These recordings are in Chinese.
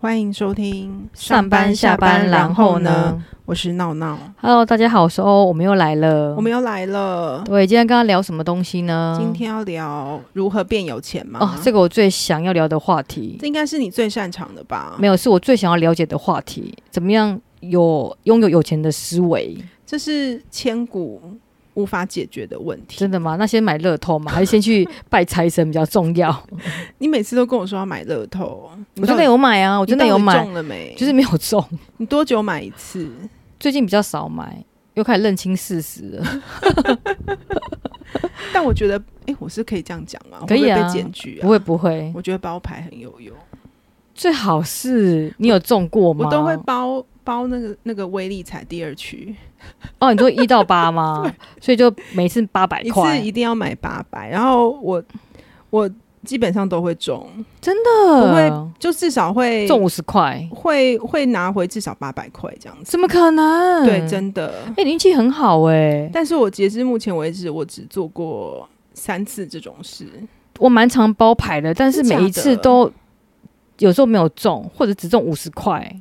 欢迎收听上班下班，然后？呢我是闹闹， ？Hello，大家好，我是欧，我们又来了。我们又来了。对，今天跟他聊什么东西呢？今天要聊如何变有钱吗？嗯哦，这个我最想要聊的话题，这应该是你最擅长的吧？没有，是我最想要了解的话题，怎么样有拥有有钱的思维？这是千古无法解决的问题。真的吗？那先买乐透吗？还是先去拜财神比较重要？你每次都跟我说要买乐透，我真的有买啊，我 我真的有买，中了没？就是没有中，你多久买一次？最近比较少买，又开始认清事实 了。但我觉得，哎，我是可以这样讲吗？可以啊会不会被检举不啊。会不会，我觉得包牌很有用，最好是你有中过吗？我都会包包那个那个威力彩第二区。哦，你说一到 八吗？所以就每次八百一次块一，定要买八百，然后我我基本上都会中，不会就至少会嗯中五十块，会会拿回至少八百块这样子。怎么可能？对，真的哎、。你运气很好哎、但是我截至目前为止，我只做过三次这种事。我蛮常包牌的，但是真假每的一次都有时候没有中，或者只中五十块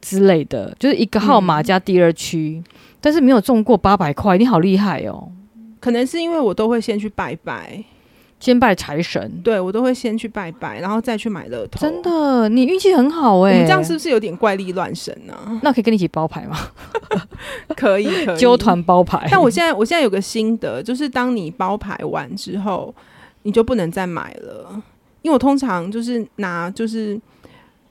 之类的，就是一个号嗯码加第二区，但是没有中过八百块，你好厉害哦！可能是因为我都会先去拜拜，先拜财神，对我都会先去拜拜，然后再去买乐透。真，的，你运气很好我哎、们这样是不是有点怪力乱神呢、那可以跟你一起包牌吗？可以，可以。 纠团包牌。但我现在我现在有个心得，就是当你包牌完之后，你就不能再买了，因为我通常就是拿就是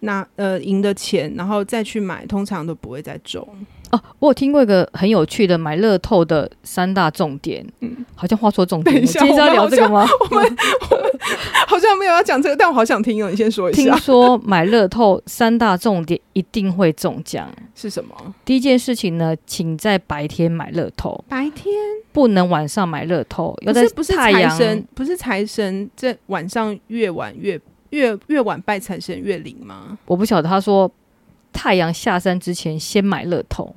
拿呃赢的钱，然后再去买，通常都不会再中。 哦，我有听过一个很有趣的买乐透的三大重点，嗯好像画错重点了。等一下今天是要我们聊好这个吗？好像没有要讲这个，但我好想听哦，你先说一听下说买乐透三大重点一定会中奖。是什么？第一件事情呢，请在白天买乐透，白天不能晚上买乐透，要不在是不是太财阳。神，不是财神，这晚上越晚越越越晚拜财神越灵吗？我不晓得他说太阳下山之前先买乐透，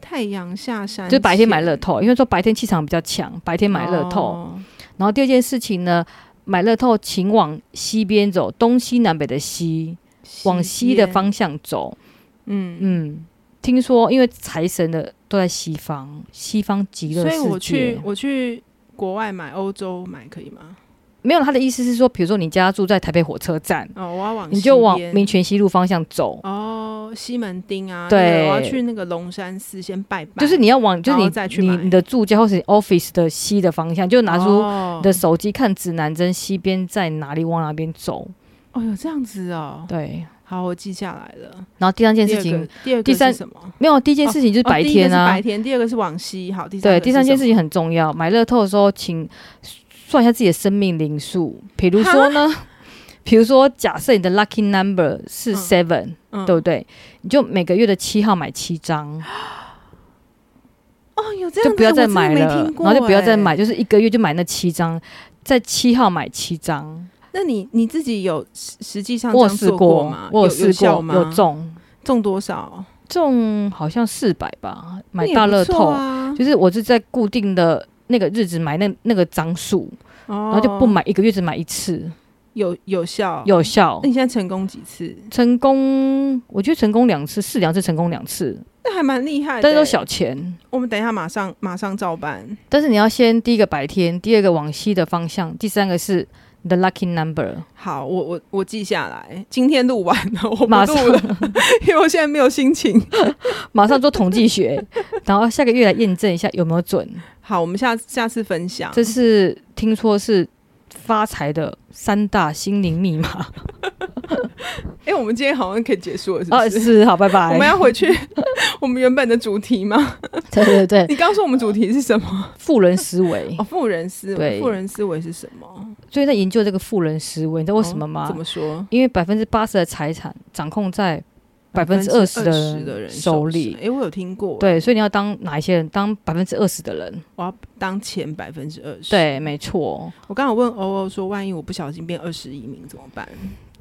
太阳下山就是白天买乐前透，因为说白天气场比较强，白天买乐透。哦然后第二件事情呢，买乐透请往西边走，东西南北的西，往西的边方向走。嗯嗯，听说因为财神的都在西方，西方极乐世所界。以我去我去国外买欧洲买可以吗？没有，他的意思是说，比如说你家住在台北火车站，哦，我要往你就西往边民权西路方向走，哦西门町啊，对那个我要去那个龙山寺先拜哦拜，就是你要往，就然是后你再去你买你的住家或是你 office 的西的方向，就拿出哦你的手机看指南针，西边在哪里，往哪边走。哦有这样子哦，对，好，我记下来了。然后第三件第事二情个，第二个第三是什么？没有，第一件事情就是哦白第一个天是啊白，天，第二个是往西，好，第三个对，第三件事是什情很重要。买乐透的时候，请算一下自己的生命灵数，比如说呢，比如说假设你的 lucky number 是嗯 seven，、么嗯对不对？你就每个月的七号买七张，哦有这样子，就不要再买我啊真的没了听，过然后就不要再哎买，。就是一个月就买那七张，在七号买七张。那你你自己有实实际上这我有样试做过吗？，我有试效过，吗？有中中多少？中好像四百吧，买那也大不乐错透，啊就是我是在固定的那个日子买那那个张数，然然后就不买一个月只买一次，有有效，有效那。你现在成功几次？哎成功，我觉得成功两次，试两次成功两次，那还蛮厉害的、欸但是都。小钱。我们等一下马上马上照办。但是你要先第一个白天，第二个往西的方向，第三个是你的 lucky number。好，我我我记下来，今天录完了，我不马上录了，因为我现在没有心情。 马上做统 计学，然后下个月来验证一下有没有准。好，我们下下次分享。这是听说是发财的三大心灵密 码哎、我们今天好像可以结束了，是不啊，是？ 是好，拜拜。哦 我们要回去 我们原本的主题吗？ 对对 对，你刚刚说我们主题是什么？富人思维哦，。富人思维，对富人思维是什么？所以在研究这个富人思维，你知道为什么哦吗？怎么说？因为百分之八十的财产掌控在百分之二十20%的人人手哎、里。诶我有听过，，对，所以你要当哪一些人？当百分之二十的人。我要当前百分之二十。对，没错，我刚好问欧欧说，万一我不小心变二十移民怎么办？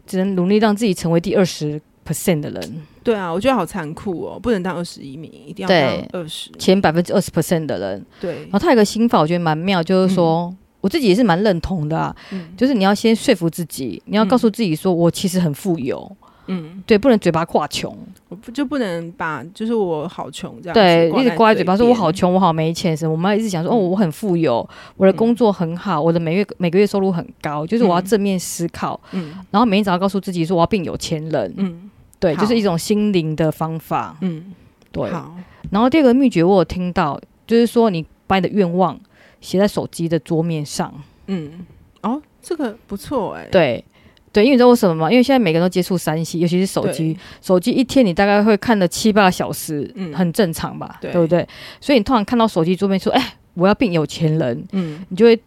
只能努力让自己成为第二十 percent 的人，对啊，我觉得好残酷哦，不能当二十移民，一定要对啊当二十。前百分之二十 percent 的人。对然后，他有一个心法，我觉得蛮妙，就是说、我自己也是蛮认同的、啊，嗯嗯就是你要先说服自己，你要告诉自己说我其实很富有，嗯，对，不能嘴巴挂穷，我不就不能把就是我好穷这样子对，一直挂在嘴巴说边我好，穷，我好没钱什么。我妈一直想说，哦，嗯我很富有，我的工作很好，我的每月每个月收入很高，就是我要嗯正面思考，嗯然后每天早上告诉自己说我要变有钱人，嗯对，就好是一种心灵的方法，嗯，对。好，然后第二个秘诀我有听到，就是说你把你的愿望写在手机的桌面上，嗯，哦，这个不错哎、对。对，因为你知道为什么吗？因为现在每个人都接触三 C，尤其是手对机。手机一天你大概会看了七八个小时，嗯很正常吧？对对不对？所以你通常看到手机桌面说：“哎，我要变有钱人。”嗯你就会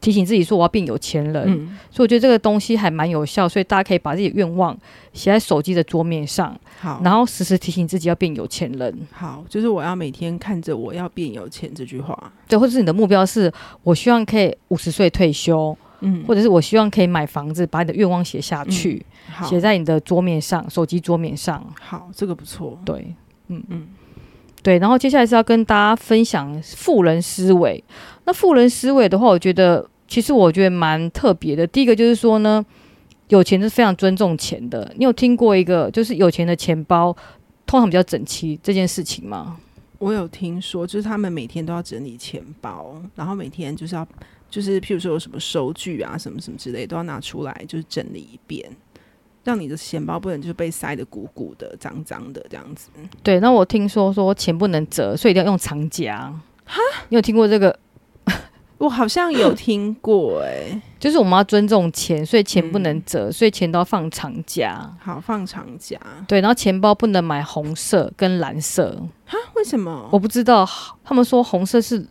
提醒自己说我要变有钱人。嗯，所以我觉得这个东西还蛮有效，所以大家可以把自己的愿望写在手机的桌面上，好，然后时时提醒自己要变有钱人。好，就是我要每天看着我要变有钱这句话，对，或者是你的目标是我希望可以五十岁退休，嗯，或者是我希望可以买房子，把你的愿望写下去，嗯好写在你的桌面上，手机桌面上。好，这个不错，对。嗯嗯嗯，对，然后接下来是要跟大家分享富人思维。那富人思维的话，我觉得其实我觉得蛮特别的。第一个就是说呢，有钱是非常尊重钱的。你有听过一个就是有钱的钱包通常比较整齐这件事情吗？我有听说，就是他们每天都要整理钱包，然后每天就是要，就是譬如说有什么收据啊、什么什么之类，都要拿出来，就是整理一遍，让你的钱包不能就是被塞得鼓鼓的、脏脏的这样子。对，那我听说说钱不能折，所以一定要用长夹。你有听过这个？我好像有听过、哎，就是我们要尊重钱，所以钱不嗯能折，所以钱都要放长夹。好放长假，对，然后钱包不能买红色跟蓝色。为什么？我不知道，他们说红色是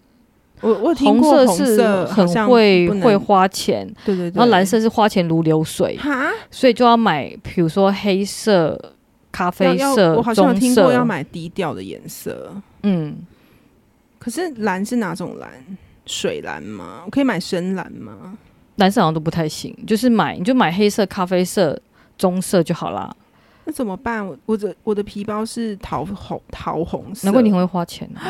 我我有听红过色红是色好很像会不能会花钱，对对对，然后蓝色是花钱如 流水，哈，所以就要买，比如说黑色、咖要啡要色我、好像有棕听过要色，买低调的颜色，嗯，可是蓝是哪种蓝？水蓝吗？我可以买深蓝吗？蓝色好像都不太行，就是买你就买黑色、咖啡色、棕色就好啦。那怎么办？我我的我的皮包是桃红桃红色，难怪你很会花钱啊、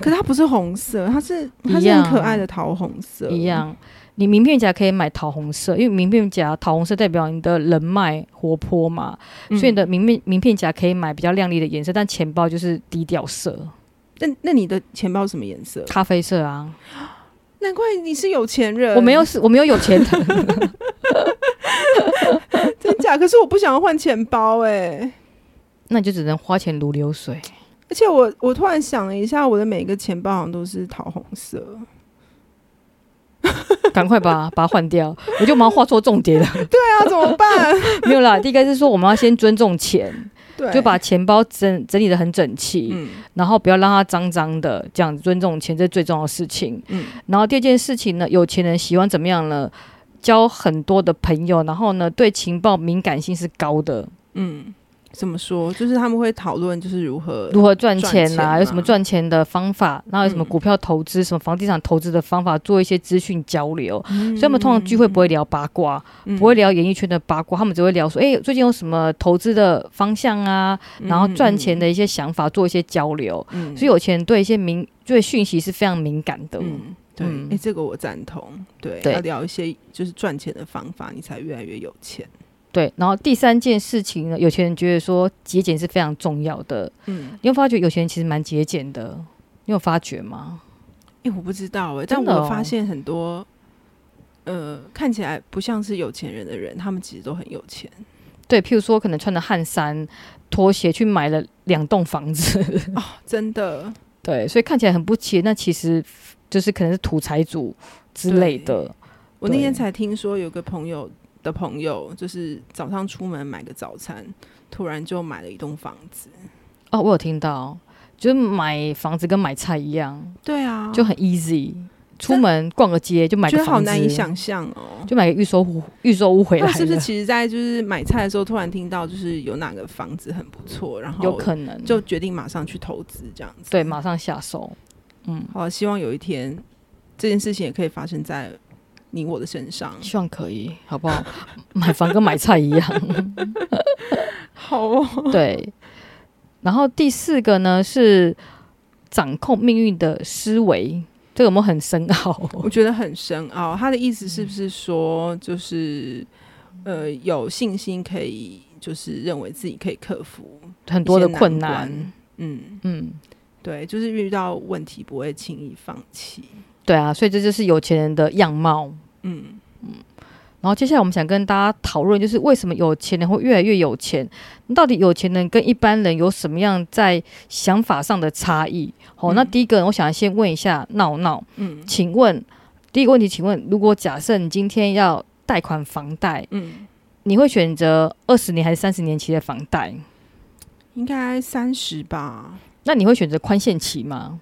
可是它不是红色，它是它一是样很可爱的桃红色，一。样。你名片夹可以买桃红色，因为名片夹桃红色代表你的人脉活泼嘛，嗯所以你的名片名片夹可以买比较亮丽的颜色，但钱包就是低调色，那那你的钱包什么颜色？咖啡色啊。难怪你是有钱人，我没有是，我没有有 钱 人，真假，可是我不想要换钱包哎、那你就只能花钱如流水。而且我我突然想了一下，我的每个钱包好像都是桃红色，赶快把把它换掉，我就马上画错重点了。 那、啊怎么办？ 没有啦，第一个是说我们要先尊重钱，对，就把钱包整整理的很整齐，嗯然后不要让它脏脏的，这样尊重钱这是最重要的事情。嗯然后第二件事情呢，有钱人喜欢怎么样呢？交很多的朋友，然后呢，对情报敏感性是高的，嗯，怎么说？就是他们会讨论就是如何如何赚钱赚啦、钱有什嘛么赚钱的方法，然后有什么嗯股票投资、什么房地产投资的方法，做一些资讯交流。所以他他们通常聚会不会聊八卦，嗯不会聊演艺圈的八卦，他们只会聊说，哎、最近有什么投资的方向啊，然后赚钱的一些想法，做一些交流。嗯嗯，嗯所以有钱人对一些敏对讯息是非常敏感的。嗯，对，哎、嗯这个我赞同。对，对要聊一些就是赚钱的方法，你才越来越有钱。对，然后第三件事情呢，有钱人觉得说节俭是非常重要的。嗯，你有发觉有钱人其实蛮节俭的，你有发觉吗？哎、我不知道哎、但真的我哦发现很多。呃，看起来不像是有钱人的人，他们其实都很有钱对，譬如说可能穿着汗衫、拖鞋去买了两栋房子， 哦，真的。对，所以看起来很不起眼，那其实就是可能是土财主之类对的。我那天对才听说有个朋友的朋友，就是早上出门买个早餐，突然就买了一栋房子。哦，我有听到，就是买房子跟买菜一样，对啊，就很 easy，出真门逛个街就买觉个得好房子，难以想象哦。就买个预售屋，预售屋回来那是不是了其实，在就是买菜的时候，突然听到就是有哪个房子很不错，然后有可能就决定马上去投资这样子。对，马上下手。嗯，好了，希望有一天这件事情也可以发生在你我的身上。希望可以，好不好？买房跟买菜一样， 好哦，对。然后第四个呢是掌控命运的思维，这个有没有很深奥？ 我觉得很深嗯奥。他的意思是不是说，就是呃，有信心可以就是认为自己可以克服，很多的困一些难难。嗯，嗯，对，就是遇到问题不会轻易放弃，对啊，所以这就是有钱人的样貌。嗯然后接下来我们想跟大家讨论，就是为什么有钱人会越来越有钱？到底有钱人跟一般人有什么样在想法上的差异？好、嗯那第一个我想先问一下闹闹，嗯请问第一个问题，请问如果假设你今天要贷款房贷，嗯，你会选择二十年还是三十年期的房贷？应该三十吧，那你会选择宽限期吗？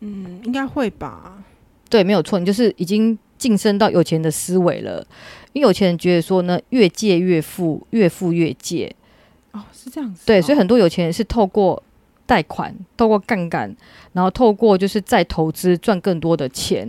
嗯，应该会吧，对，没有错，你就是已经晋升到有钱人的思维了。因为有钱人觉得说呢，越借越富，越富越借。哦，是这样子哦、对，所以很多有钱人是透过贷款、透过杠杆，然后透过就是再投资赚更多的钱。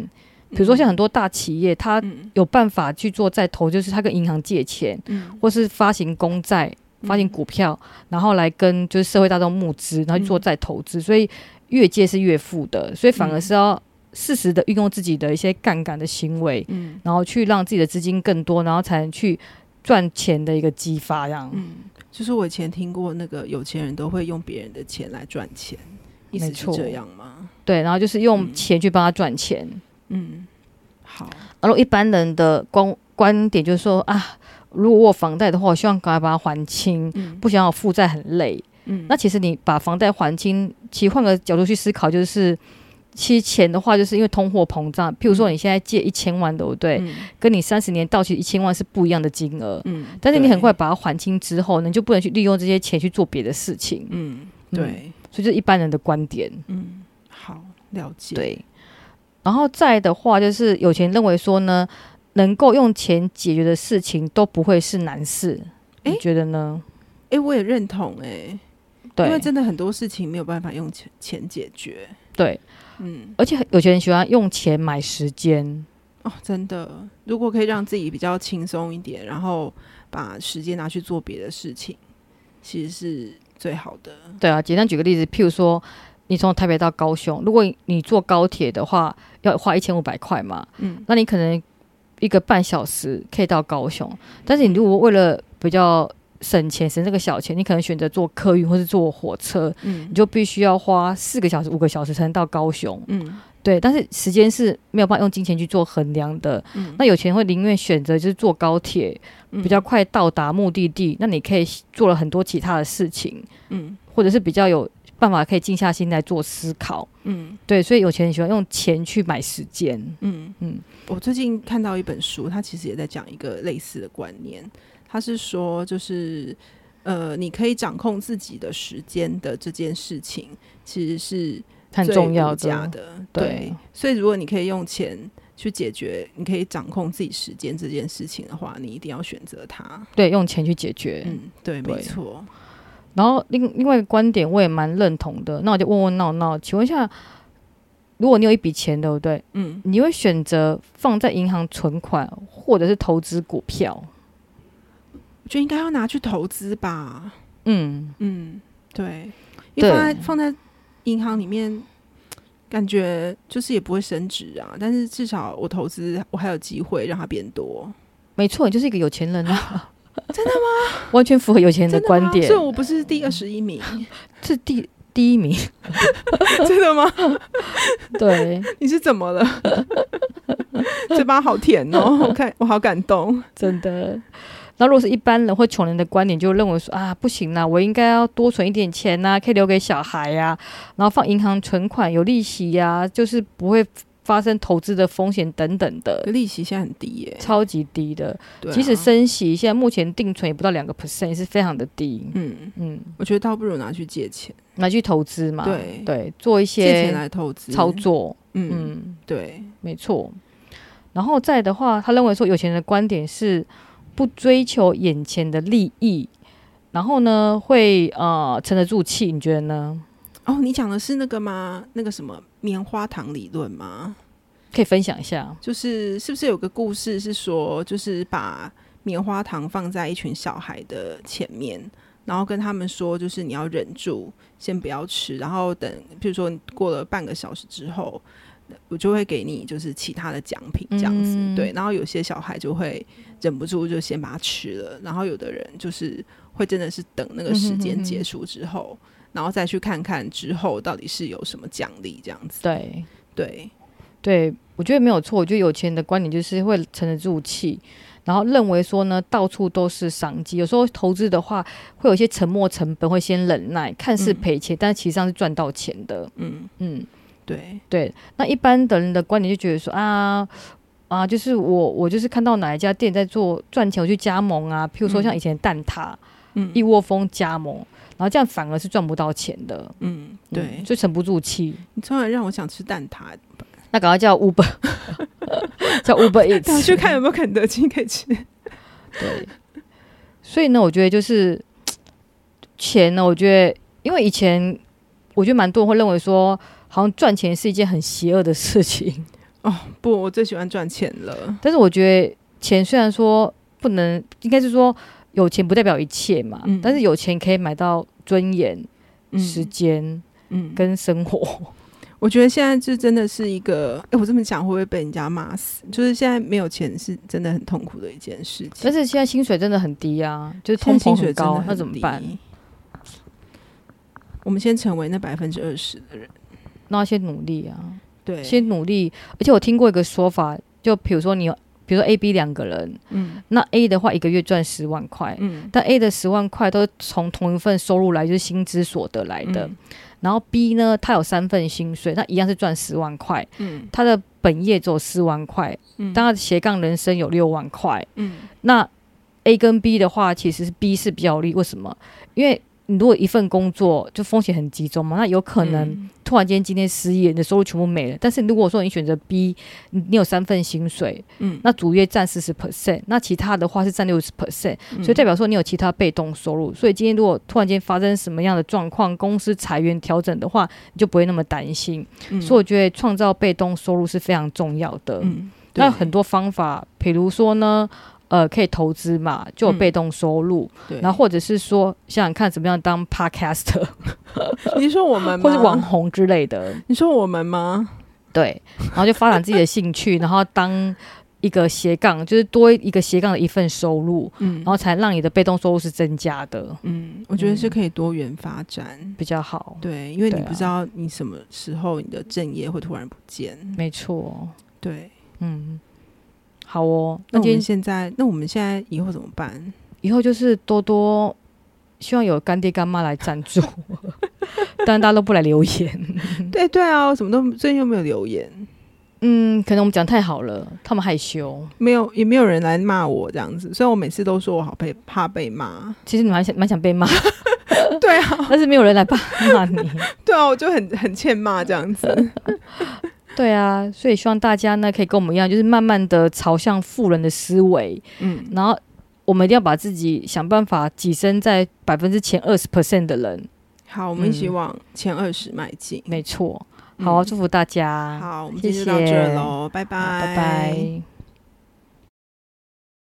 比如说像很多大企业，它嗯有办法去做再投，就是它跟银行借钱，嗯或是发行公债、嗯嗯发行股票，然后来跟就是社会大众募资，然后去做再投资。所以越借是越富的，所以反而是要适时的运用自己的一些杠杆的行为，嗯然后去让自己的资金更多，然后才能去赚钱的一个激发。这样，嗯，就是我以前听过那个有钱人都会用别人的钱来赚钱，意思没是错这样吗？对，然后就是用嗯钱去帮他赚钱。嗯，好，然后一般人的观观点就是说啊，如果我有房贷的话，我希望赶快把它还清，嗯不想要负债很累。嗯那其实你把房贷还清，其实换个角度去思考，就是其实钱的话，就是因为通货膨胀。譬如说你现在借一千万，对不对？嗯跟你三十年到期一千万是不一样的金额。嗯但是你很快对把它还清之后呢，你就不能去利用这些钱去做别的事情，嗯对所以就是一般人的观点。嗯好了解对，然后再来的话，就是有钱人认为说呢，能够用钱解决的事情都不会是难事，诶你觉得呢？哎、我也认同哎、因对为真的很多事情没有办法用钱钱解决，对，嗯而且有钱人喜欢用钱买时间，哦，真的，如果可以让自己比较轻松一点，然后把时间拿去做别的事情，其实是最好的。对啊。简单举个例子，譬如说。你从台北到高雄，如果你坐高铁的话，要花一千五百块嘛，嗯那你可能一个半小时可以到高雄。但是你如嗯果为了比较省钱，省这个小钱，你可能选择坐客运或是坐火车，嗯你就必须要花四个小时、五个小时才能到高雄。嗯对，但是时间是没有办法用金钱去做衡量的。嗯那有钱人会宁愿选择就是坐高铁，那比较快到达目的地。那你可以做了很多其他的事情，嗯或者是比较有办法可以静下心来做思考。嗯对，所以有钱人喜欢用钱去买时间。嗯嗯嗯。我最近看到一本书，它其实也在讲一个类似的观念，它是说就是。呃，你可以掌控自己的时间的这件事情，其实是很最重要无价的，的，对对。所以如果你可以用钱去解决，你可以掌控自己时间这件事情的话，你一定要选择它。对，用钱去解决。嗯，对，对没错。然后另另外一个观点我也蛮认同的，那我就问问闹闹，请问一下，如果你有一笔钱，对不对？嗯，你会选择放在银行存款，或者是投资股票？我觉得应该要拿去投资吧。嗯，嗯，对，因为对放在放在银行里面，感觉就是也不会升值啊。但是至少我投资，我还有机会让它变多。没错，你就是一个有钱人啊！ 真的吗？完全符合有钱人真的的观吗点所以，我不是第二十一名， 是第第一名。真的吗？ 对，你是怎么了？ 嘴巴好甜哦，我看我好感动。真的。那如果是一般人或穷人的观点，就认为说啊，不行啦，我应该要多存一点钱呐、可以留给小孩呀、然后放银行存款有利息呀、就是不会发生投资的风险等等的，利息现在很低耶、超级低的。对啊即使升息，现在目前定存也不到两个 percent，是非常的低。嗯，嗯，我觉得倒不如拿去借钱，拿去投资嘛，对啊对，做一借钱些来投资操。作，嗯，嗯，对，没错。然后再的话，他认为说有钱人的观点是不追求眼前的利益，然后呢会呃沉得住气，你觉得呢？哦，你讲的是那个吗？那个什么棉花糖理论吗？可以分享一下，就是是不是有个故事是说，就是把棉花糖放在一群小孩的前面，然后跟他们说，就是你要忍住，先不要吃，然后等，比如说你过了半个小时之后，我就会给你就是其他的奖品这样子，嗯对。然后有些小孩就会忍不住就先把它吃了，然后有的人就是会真的是等那个时间结束之后，然后再去看看之后到底是有什么奖励这样子。对对，对，我觉得没有错。我觉得有钱人的观点就是会沉得住气，然后认为说呢，到处都是商机。有时候投资的话，会有一些沉没成本，会先忍耐，看似嗯赔钱，但其实上是赚到钱的。嗯，嗯，对，对，那一般的人的观点就觉得说啊啊，就是我我就是看到哪一家店在做赚钱，我去加盟啊。譬如说像以前的蛋挞，嗯一窝蜂加盟，然后这样反而是赚不到钱的，嗯，嗯对，就沉不住气。你突然让我想吃蛋 挞，那赶快叫 Uber，叫 Uber 想 Eats 去看有没有肯德基可以吃。对，所以呢，我觉得就是钱呢，我觉得因为以前我觉得蛮多人会认为说，好像赚钱是一件很邪恶的事情， 不，我最喜欢赚钱了。但是我觉得钱虽然说不能，应该是说有钱不代表一切嘛，嗯但是有钱可以买到尊严、嗯时间嗯，跟生活。我觉得现在这真的是一个，哎、我这么讲会不会被人家骂死？就是现在没有钱是真的很痛苦的一件事情但。是现在薪水真的很低啊，就是现通在薪膨水很真的高，很那怎么低办？？我们先成为那百分之二十的人，那要先努力啊。对，先努力。而且我听过一个说法，就比如说你有，比如说 A、B 两个人，嗯那 A 的话一个月赚十万块，嗯但 A 的十万块都是从同一份收入来，就是薪资所得来的。嗯然后 B 呢，他有三份薪水，那一样是赚十万块，嗯他的本业只有四万块，嗯但他的斜杠人生有六万块。嗯那 A 跟 B 的话，其实是 B 是比较有利，为什么？因为你如果一份工作就风险很集中嘛，那有可能嗯突然间今天失业，你的收入全部没了。但是如果说你选择 B，你你有三份薪水，嗯那主业占四十 percent，那其他的话是占六十 percent，所以嗯代表说你有其他被动收入。所以今天如果突然间发生什么样的状况，公司裁员调整的话，你就不会那么担心。嗯所以我觉得创造被动收入是非常重要的。嗯，对那很多方法，比如说呢，呃，可以投资嘛，就有嗯被动收入，对，然后或者是说想想看怎么样当 podcaster 你说我们吗或者网，红之类 的。你说我们吗？对，然后就发展自己的兴趣，然后当一个斜杠，就是多一个斜杠的一份收入，嗯然后才让你的被动收入是增加的，嗯，我觉得是可以多元发展。比较好。对，因为你对啊不知道你什么时候你的正业会突然不见。没错，对，嗯，好哦，那那我今们天现在，那我们现在以后怎么 办？以后就是多多。希望有干爹干妈来赞助， 但大家都不来留 言。对对啊，我什么都最近又没有留言，嗯，可能我们讲太好了，他们害羞。没有也没有人来骂我这样子。虽然我每次都说我好被怕被骂，其实你蛮想蛮想被骂， 对啊， 但是没有人来骂骂你。对啊，我就很很欠骂这 样子。对啊，所以希望大家呢可以跟我们一样，就是慢慢的朝向富人的思维，嗯，然后我们一定要把自己想办法跻身在百分之前二十 percent 的人。好，我们一起嗯往前二十迈进。没错，好啊、嗯祝福大家，好，我们谢今天就到这谢喽，拜好拜，拜拜